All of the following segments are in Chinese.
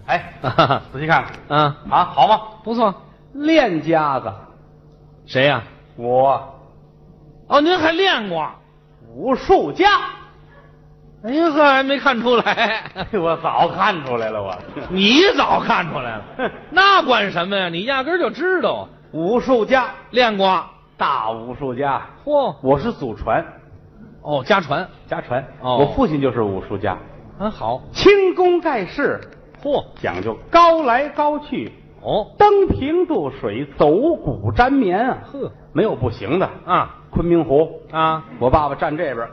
哎，仔细看看啊，啊，好吗？不错。练家子，谁呀、我哦，您还练过？武术家。哎哎呀呵，还没看出来。我早看出来了， 我你早看出来了，那管什么呀？你压根儿就知道啊武术家，练过。大武术家。嚯、我是祖传，哦，家传家传。哦我父亲就是武术家，啊，好。轻功盖世，嚯、讲究高来高去，哦，登平渡水，走骨沾棉啊，呵没有不行的。啊昆明湖，啊，我爸爸站这边，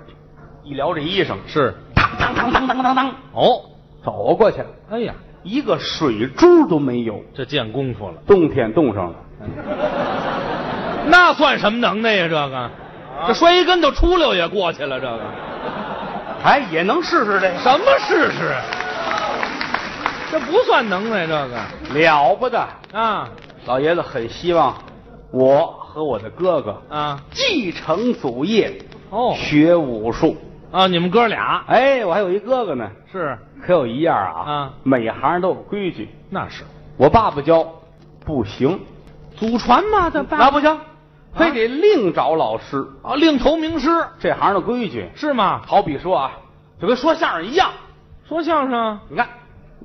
一撩这衣裳，是当当当当当当当，哦。走过去了，哎呀，一个水珠都没有。这见功夫了，冬天冻上了，那算什么能耐呀？这个，这摔一跟头出溜也过去了，这个哎，也能试试这个什么试试？这不算能耐，这个了不得。啊老爷子很希望我和我的哥哥啊继承祖业，哦学武术。啊！你们哥俩哎，我还有一哥哥呢，是可有一样啊，啊每行都有规矩。那是我爸爸教不行，祖传嘛？这爸那不行，非得另找老师。啊，另投名师这行的规矩，是吗？好比说啊，就跟说相声一样。说相声你看，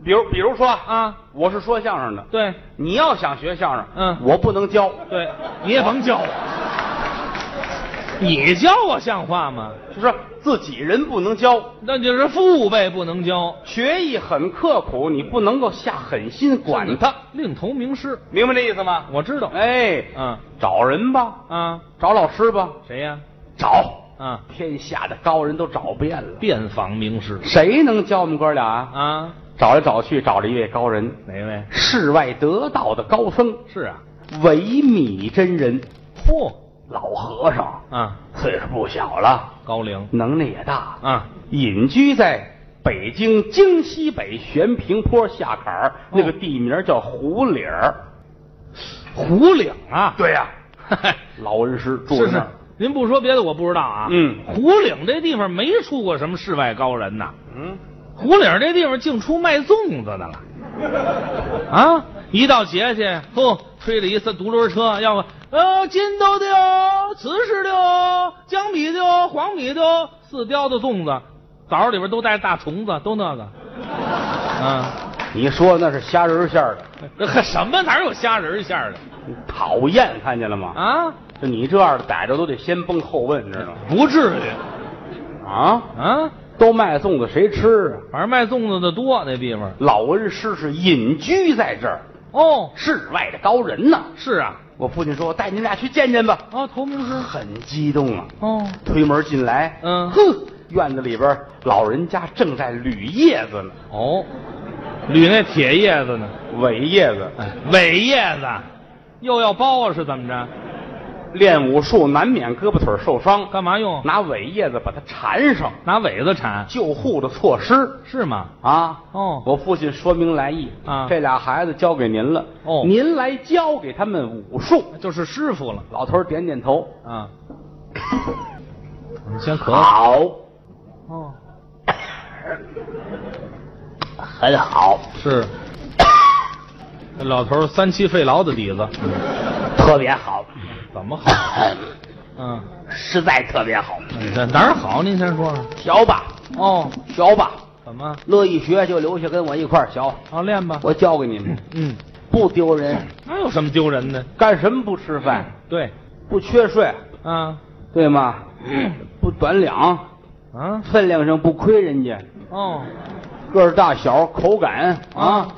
比如比如说啊，啊，我是说相声的，对你要想学相声，嗯我不能教，对，你也甭教我，你教我像话吗？就是自己人不能教。那就是父辈不能教，学艺很刻苦，你不能够下狠心管他，另投名师，明白这意思吗？我知道。哎，嗯找人吧，啊，找老师吧，谁呀？找，啊，天下的高人都找遍了，遍访名师谁能教我们哥俩啊？啊？找来找去，找了一位高人，哪位？世外得道的高僧，是啊，维米真人，嚯老和尚，啊，岁数不小了，高龄能耐也大，啊，隐居在北京京西北悬平坡下坎哦儿，那个地名叫胡岭儿。胡岭啊， 对呀、对，老恩师住是在那是儿。。您不说别的，我不知道啊。嗯胡岭这地方没出过什么世外高人呐。嗯，胡岭这地方净出卖粽子的了，啊！一到节气，嚯，推着一三独轮车，要不呃金豆的哟，瓷实的哟，江米的哟，黄米的哟，四雕的粽子，枣里边都带大虫子，都那个，啊，你说那是虾仁馅儿的，这可什么哪有虾仁馅儿的你讨厌，看见了吗？啊？就你这样的逮着都得先崩后问，你知道吗？不至于啊，啊！都卖粽子谁吃啊？反正卖粽子的多那地方老恩师是隐居在这儿，哦，世外的高人呢。是啊，我父亲说：“我带你们俩去见见吧。哦，头名”是很激动啊，哦，推门进来，嗯哼，院子里边老人家正在捋叶子呢，哦，捋那铁叶子呢？苇叶子。苇叶子又要包啊，是怎么着？练武术难免胳膊腿儿受伤，干嘛用？拿苇叶子把它缠上，拿苇子缠救护的措施是吗？啊。哦我父亲说明来意啊这俩孩子交给您了，哦您来教给他们武术。就是师傅了老头儿点点头，啊。你先咳嗽好，哦，很好，是。这老头儿三七肺痨的底子，特别好，怎 么好？嗯，实在特别好。你这哪儿好？您先说说。学吧，哦，学吧，怎么？乐意学就留下跟我一块儿学，好练吧。我教给你们，嗯，不丢人。那有什么丢人的？干什么不吃饭？对，不缺睡，啊对吗？嗯不短两，啊分量上不亏人家，哦，个儿大小、口感啊啊，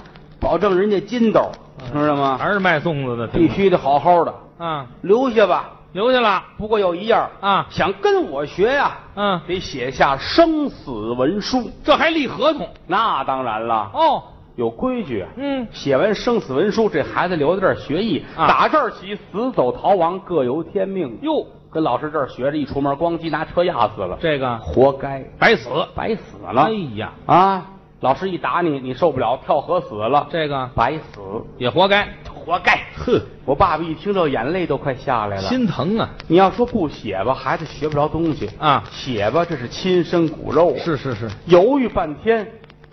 保证人家筋斗，嗯知道吗？还是卖粽子的，必须得好好的啊，留下吧。留下了不过有一样，啊。想跟我学呀、嗯，得写下生死文书。这还立合同那当然了，哦，有规矩。嗯，写完生死文书，这孩子留在这儿学艺，啊打这儿起死走逃亡，各有天命。哟，跟老师这儿学着，一出门咣叽拿车压死了，这个活该，白死白死了。哎呀，啊，老师一打你，你受不了，跳河死了，这个白死，也活该，活该。哼，我爸爸一听这，眼泪都快下来了。心疼啊你要说不写吧，孩子学不着东西；啊！写吧，这是亲生骨肉啊。是是是，犹豫半天，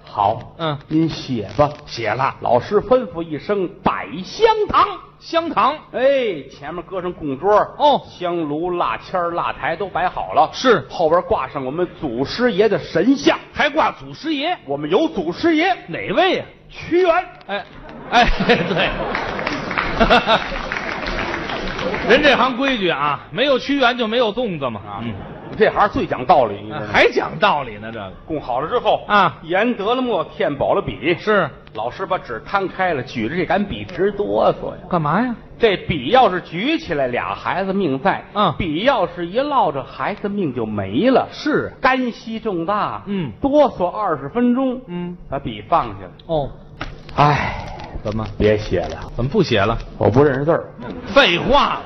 好，嗯，您写吧。写了老师吩咐一声“百香堂香堂”，哎，前面搁上供桌，哦香炉、蜡签儿、蜡台都摆好了，是后边挂上我们祖师爷的神像，还挂祖师爷，我们有祖师爷哪位呀、屈原。哎，哎， 对，人这行规矩啊，没有屈原就没有粽子嘛。啊嗯，啊这行最讲道理，你知道吗还讲道理呢，这个供好了之后啊研得了墨，填饱了笔，是老师把纸摊开了，举着这杆笔直哆嗦呀。干嘛呀？这笔要是举起来，俩孩子命在；嗯笔要是一落着，孩子命就没了。是干系重大，嗯哆嗦二十分钟，嗯，把笔放下了。哦，唉，怎么哎别写了，怎么不写了？我不认识字儿。废话，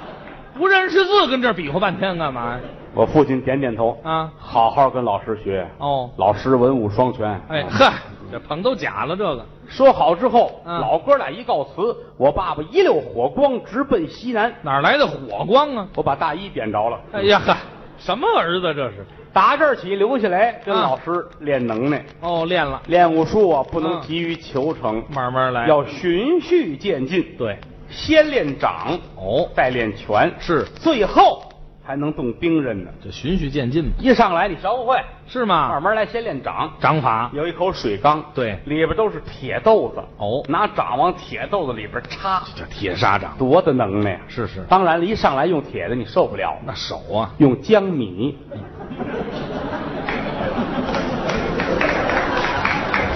不认识字跟这儿比划半天干嘛呀？我父亲点点头，啊，好好跟老师学。哦老师文武双全。嗯哎嗨，这捧都假了，这个说好之后，嗯老哥俩一告辞，我爸爸一溜火光直奔西南，哪儿来的火光啊？我把大衣点着了。哎呀嗨，什么儿子这是？打这儿起留下来跟啊老师练能耐，哦，练了，练武术啊不能嗯急于求成，慢慢来。要循序渐进，对，先练掌，哦，再练拳，是最后才能动兵刃呢。这循序渐进嘛，一上来你学不会，是吗？慢慢来，先练掌。掌法啊有一口水缸，对里边都是铁豆子，哦拿掌往铁豆子里边插，叫铁砂掌，多大能耐呀！啊是是，当然了，一上来用铁的你受不了，那手啊，用江米，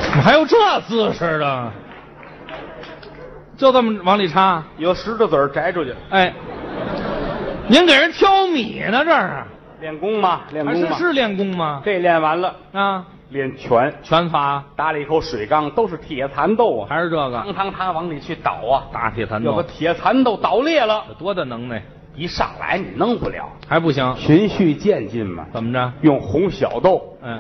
怎么还有这姿势的？就这么往里插？有石头子儿摘出去，哎，您给人挑米呢？这是练功嘛，练还功是嘛。是练功吗？这练完了，啊，练拳，拳法打了一口水缸，都是铁蚕豆啊，还是这汤个汤汤往里去倒啊，大铁蚕有个豆，铁蚕豆倒裂了，这多大能耐？一上来你弄不了，还不行？循序渐进嘛，怎么着？用红小豆嗯，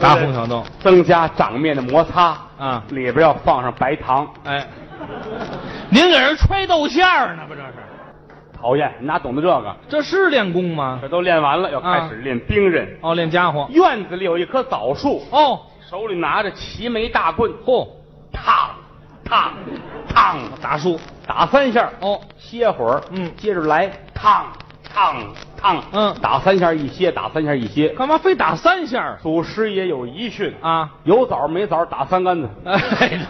打红小豆，增加掌面的摩擦，啊里边要放上白糖，哎，您给人揣豆馅儿呢？不这是？讨厌，你哪懂得这个？这是练功吗这？都练完了，要开始练兵刃。哦，练家伙。院子里有一棵枣树，哦，手里拿着齐眉大棍，嚯，烫烫烫，打树。打三下，哦，歇会儿，嗯接着来，烫烫烫，嗯打三下一歇，打三下一歇。干嘛非打三下儿祖师爷有遗训，啊？有枣没枣打三竿子，哎，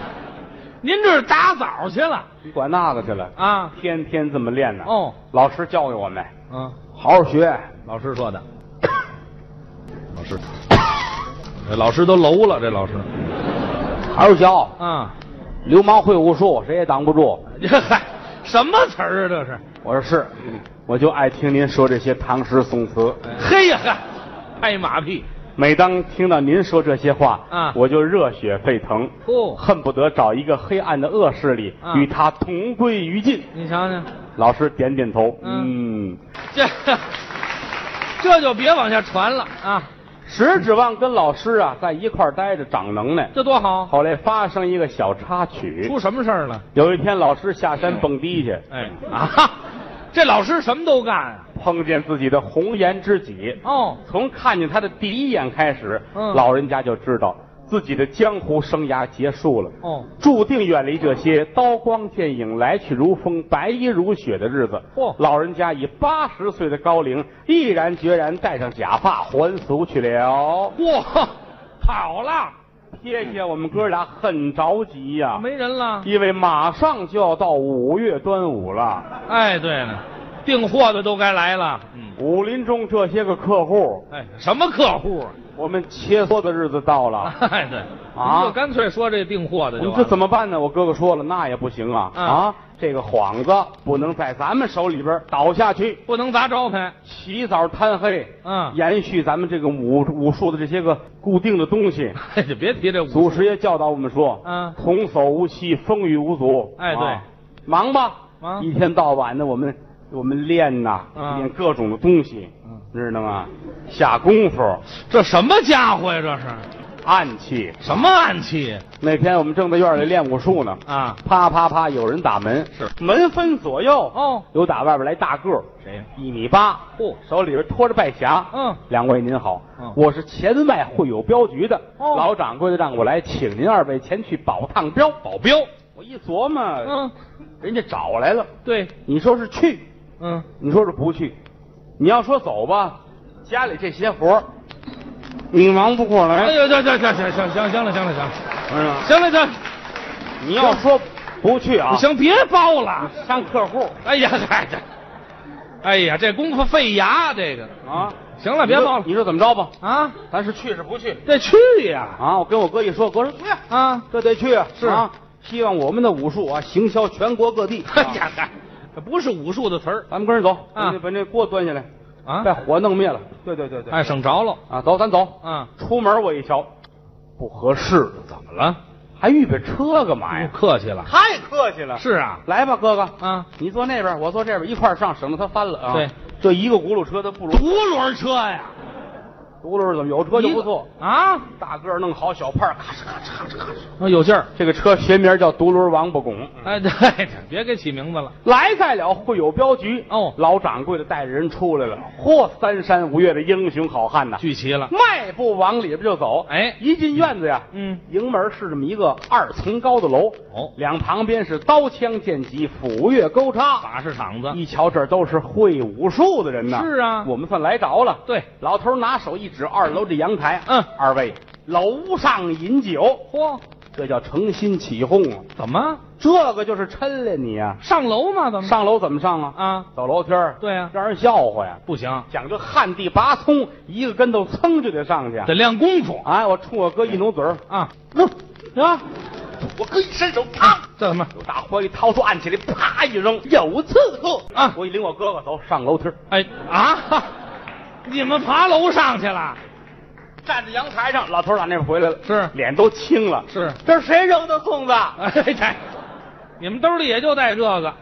您这是打枣去了 你管那个去了？啊？天天这么练呢。哦，老师教育我们，嗯，好好学。老师说的。 老师， 这老师都楼了，这老师好好学，啊，流氓会武术，谁也挡不住。这嗨，什么词儿啊？这是？我说是，我就爱听您说这些唐诗宋词。嘿哎呀嗨，拍马屁。每当听到您说这些话，啊我就热血沸腾，嚯恨不得找一个黑暗的恶势力、啊与他同归于尽。你瞧瞧，老师点点头，嗯嗯，这这就别往下传了啊，实指望跟老师啊在一块儿待着长能耐。这多好。后来发生一个小插曲出，什么事儿了？有一天老师下山蹦迪去，哎啊，这老师什么都干啊。碰见自己的红颜知己，哦，从看见他的第一眼开始，嗯老人家就知道自己的江湖生涯结束了，哦，注定远离这些刀光剑影、来去如风、白衣如雪的日子。嚯老人家以八十岁的高龄，毅然决然戴上假发，还俗去了。哇，跑了，撇下我们哥俩很着急呀、没人了。因为马上就要到五月端午了，哎，对了，订货的都该来了。嗯，武林中这些个客户，哎，什么客户啊？我们切磋的日子到了。 哎，对，啊您就干脆说这订货的我就们完这了。怎么办呢？我哥哥说了，那也不行啊、嗯啊！这个幌子不能在咱们手里边倒下去，不能砸招牌？起早贪黑，嗯，延续咱们这个武武术的这些个固定的东 西。哎，就别提这五。祖师爷教导我们说，嗯童叟无欺，风雨无阻。哎对啊忙吧，忙一天到晚的我们我们练呐、嗯练各种的东西嗯，知道吗？下功夫，这什么家伙呀？这是暗器。什么暗器那天我们正在院里练武术呢，啊？啪啪啪，有人打门，是门分左右，哦，有打外边来大个儿，谁？一米八，嚯手里边拖着拜匣。哦嗯，两位您好嗯，我是前外会友镖局的哦老掌柜的，让我来请您二位前去保趟镖。保镖，我一琢磨，嗯，人家找来了，对，你说是去，嗯，你说是不去，你要说走吧，家里这些活儿你忙不过哎来。呦，行行行行行行行了行了行了嗯啊，行了行了，你要说不去啊，行，别包了。上客户哎呀， 嗨、这，哎呀，这功夫费牙，这个啊。行了，别你说报了你说怎么着吧？啊！咱是去是不去这去呀啊？我跟我哥一说，哥说去，啊！这得去啊。是啊，希望我们的武术啊行销全国各 地。啊哎呀，嗨，这不是武术的词儿咱们跟人走，啊把这把这锅端下来，啊把！火弄灭了。对对对对，哎，省着了啊，走，咱走。啊！出门我一瞧，不合适，怎么了？还预备车干嘛不呀？客气了。太客气了。哎是啊，来吧，哥哥，啊，你坐那边，我坐这边，一块儿上，省得他翻了啊。对，这一个轱辘车，他不如独轮车呀，轱辘怎么有车就不错，啊！大个儿弄好小胖儿，咔哧咔哧咔哧咔哧。啊有劲儿。这个车学名叫独轮王八拱。哎，对，别给起名字了。来在了会友镖局哦老掌柜的带着人出来了，嚯，三山五岳的英雄好汉呐，聚齐了。迈步往里边就走。啊哎一进院子呀，嗯，迎门是这么一个二层高的楼，哦两旁边是刀枪剑戟、斧钺钩叉，法式场子。一瞧这儿都是会武术的人呐。是啊我们算来着了。对，老头拿手一指二楼这阳台，嗯二位楼上饮酒，嚯，这叫诚心起哄啊！怎么这个就是抻了你啊！上楼吗？怎么上楼怎么上啊？啊？走楼梯儿对呀让人笑话呀！不行，讲究旱地拔葱，一个跟头噌就得上去。啊得练功夫哎，我冲我哥一努嘴儿，啊！嗯啊，我哥一伸手，啪，这怎么？有大怀里掏出暗器来，啪一扔，有刺客啊我一领我哥哥走上楼梯儿，哎啊！你们爬楼上去了？站在阳台上，老头儿打那边回来了，是脸都青了，是这是谁扔的粽子？啊哎，对，你们兜里也就带这个。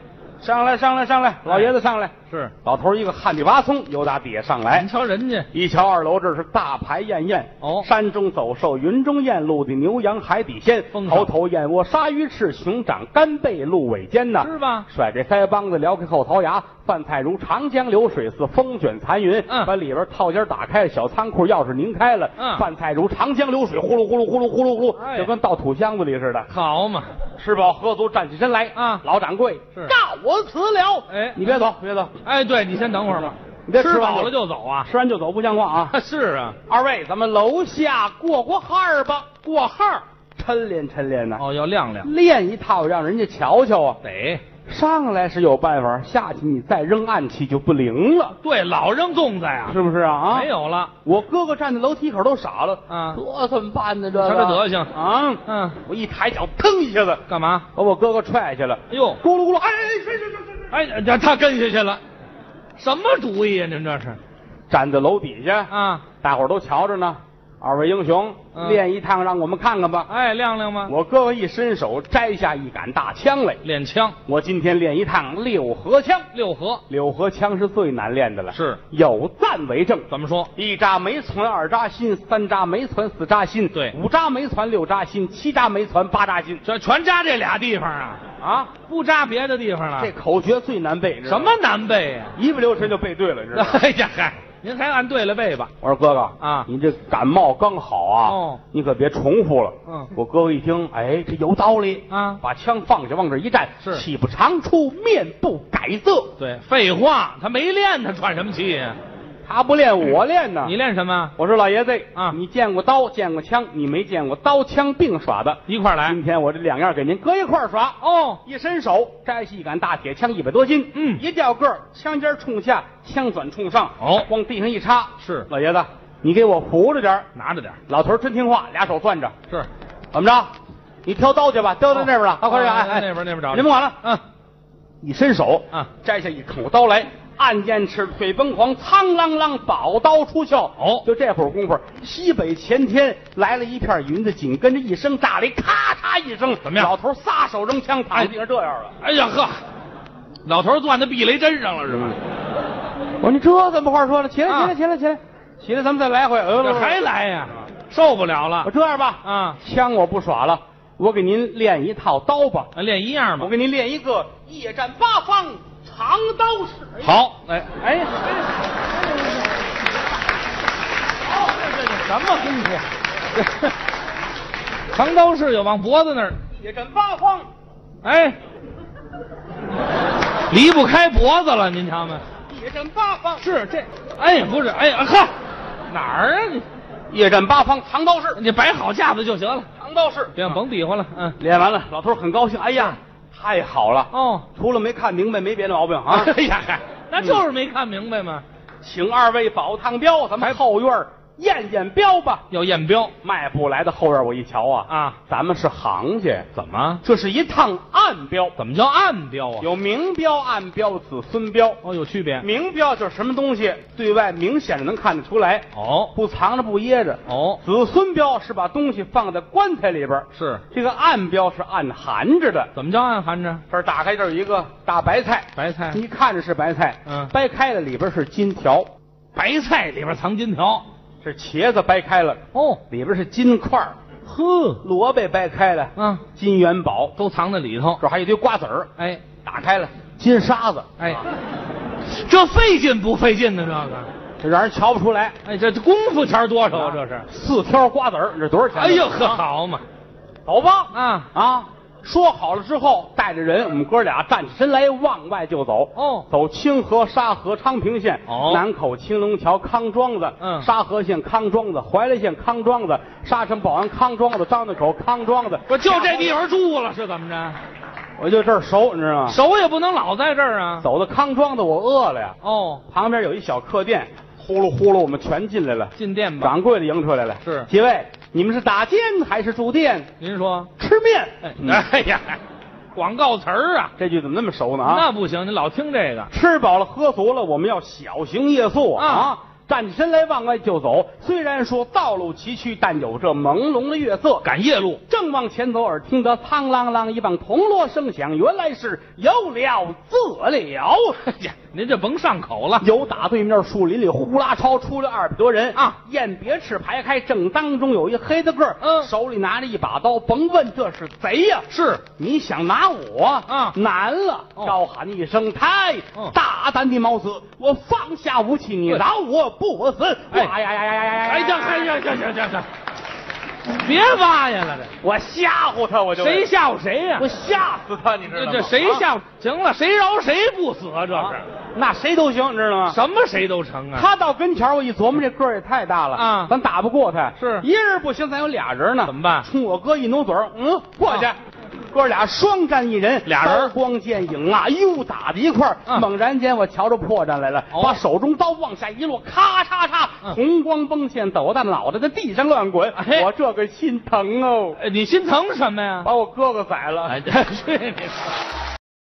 上来，上来，上来，老爷子上来。是，哎老头儿一个旱地拔葱，由打底下上来您，瞧人家，一瞧二楼这是大排宴宴哦山中走兽、云中雁、陆地牛羊、海底鲜丰，盛猴头燕窝、鲨鱼翅、熊掌、干贝、鹿尾尖呐，是吧？甩开腮帮子，撩开后槽牙，饭菜如长江流水似风卷残云。嗯把里边套间打开，小仓库钥匙拧开了。嗯饭菜如长江流水，呼噜呼噜呼噜呼噜呼噜，哎就跟倒土箱子里似的。好嘛，吃饱喝足，站起身来。啊老掌柜，是告我辞了。哎你别走，别走，哎，对你先等会儿吧，你别吃吃完饱就了就走啊？吃完就走不像话啊！ 是啊，二位，咱们楼下过过号儿吧，过号儿，抻练抻练呢、哦，要亮亮，练一套让人家瞧瞧啊。得上来是有办法，下去你再扔暗器就不灵了，对，老扔粽子呀，是不是啊？啊，没。有了，我哥哥站在楼梯口都傻了，啊这怎么办呢？这瞧个这德行啊！嗯，我一抬脚，腾一下子干嘛？把我哥哥踹下去了，哎呦，咕噜咕噜，哎哎，哎摔摔摔摔摔！哎，这他跟下去了，什么主意呀、啊您这是站在楼底下，啊？大伙儿都瞧着呢。二位英雄，嗯练一趟，让我们看看吧。哎，亮亮吗？我哥哥一伸手摘下一杆大枪来，练枪，我今天练一趟六合枪。六合六合枪是最难练的了，是有赞为证。怎么说？一扎没攒，二扎心，三扎没攒，四扎心，对五扎没攒，六扎心，七扎没攒，八扎心。这全扎这俩地方啊，啊，不扎别的地方了这。口诀最难背，知道什吗么啊难背呀、一不留神就背对了，知道吗？ 哎呀嗨，您还按对了背吧？我说哥哥啊你这感冒刚好啊，哦你可别重复了。嗯我哥哥一听，哎，这有道理啊把枪放下，往这一站，是气不长出，面不改色。对，废话，他没练，他喘什么气呀、他不练，我练呢。你练什么？我说老爷子啊你见过刀，见过枪，你没见过刀枪并耍的。一块儿来今。天我这两样给您搁一块儿耍。哦，一伸手摘下一杆大铁枪，一百多斤，嗯一掉个儿，枪尖冲下，枪转冲上，哦往地上一插。是老爷子，你给我扶着点儿拿着点儿老头儿真听话，俩手攥着。是，怎么着？你挑刀去吧，丢在那边了。啊，快点，哎，哎哦那边那边找着。您甭管了，嗯，一伸手啊，摘下一口刀来，暗箭翅腿崩狂，苍啷啷，宝刀出鞘。哦就这会儿功夫，西北前天来了一片云子，紧跟着一声炸雷，咔嚓一声，怎么样老头撒手扔枪，躺地上这样了。哎呀呵，老头儿攥在避雷针上了是吧？我说你这怎么话说呢？起来，啊起来，起来，起来，起来，咱们再来回。呃这还来呀？受不了我了这样吧，啊！枪我不耍了，我给您练一套刀吧，练一样我吧。给您练一个夜战八方长刀式。好，哎，哦哎，这是什么功夫？ 藏刀式有往脖子那儿，夜战八方，哎，离不开脖子了，您瞧没？夜战八方是这，哎，不是，哎，啊呵，哪儿啊你？夜战八方藏刀式，你摆好架子就行了，藏刀式。别甭比划了，嗯。练完了，老头儿很高兴。哎呀，太好了！哦，除了没看明白，没别的毛病啊。嗯哎呀，嗨， 那就是没看明白嘛，请二位保趟镖，咱们后院儿验验镖吧。要验镖迈步来到后院儿，我一瞧啊，啊？咱们是行家，怎么？这是一趟暗镖，怎么叫暗镖啊？有明镖、暗镖、子孙镖。哦，有区别。明镖就是什么东西对外明显的能看得出来，哦不藏着不掖着。哦，子孙镖是把东西放在棺材里边儿，是这个暗镖是暗含着的。怎么叫暗含着？这儿打开这儿有一个大白菜，白菜，你看着是白菜，嗯掰开了里边是金条，白菜里边藏金条。这茄子掰开了，哦，里边是金块儿，呵，萝卜掰开了，啊，金元宝，都藏在里头。这还有一堆瓜子儿，哎打开了金沙子，哎啊，这费劲不费劲呢？这个，这让人瞧不出来。哎，这功夫钱儿多少啊？这是。四挑瓜子儿，这多少钱？哎呦，呵，好嘛，走吧，啊，啊，说好了之后，带着人，我们哥俩站起身来，往外就走。哦走清河、沙河、昌平县，哦南口、青龙桥、康庄子，嗯沙河县康庄子、怀来县康庄子、沙城、保安康庄子、张家口康庄子，我就这地方住了是怎么着？我就这儿熟，你知道吗？手也不能老在这儿啊。走到康庄子，我饿了呀。哦，旁边有一小客店，呼噜呼噜，我们全进来了。进店吧。掌柜的迎出来了，是几位，你们是打尖还是住店？您说。吃面。哎嗯哎呀，广告词儿啊，这句怎么那么熟呢？啊，那不行，你老听这个。吃饱了喝足了，我们要小行夜宿啊！啊站起身来往外就走。虽然说道路崎岖，但有这朦胧的月色。赶夜路，正往前走，耳听得苍啷啷一棒铜锣声响，原来是有了 这了。哎呀，您这甭上口了。由打对面树林里呼啦超出来二百多人啊！雁别翅排开，正当中有一黑子个儿，嗯手里拿着一把刀，甭问这是贼呀、是，你想拿我啊难了！哦高喊一声：“太嗯大胆的毛子，我放下武器，你对饶我不死！”哎哇呀呀呀呀呀呀！哎呀，哎呀，行行行行，别挖呀了，这我吓唬他，我就谁吓唬谁呀、我吓死他，你知道这吗？这谁啊？吓唬？行了，谁饶谁不死啊？这啊是那谁都行，你知道吗？什么谁都成啊？啊他到跟前儿，我一琢磨，这个儿也太大了啊咱打不过他。是一人不行，咱有俩人呢，怎么办冲我哥一努嘴儿，嗯，过去啊。哥俩双战一人，俩人刀光剑影啊，又打在一块儿。嗯猛然间，我瞧着破绽来了，哦把手中刀往下一落，咔嚓嚓，嗯红光崩现，走到脑袋在地上乱滚。哎我这个心疼哦，哎你心疼什么呀？把我哥哥宰了。哎，这是你。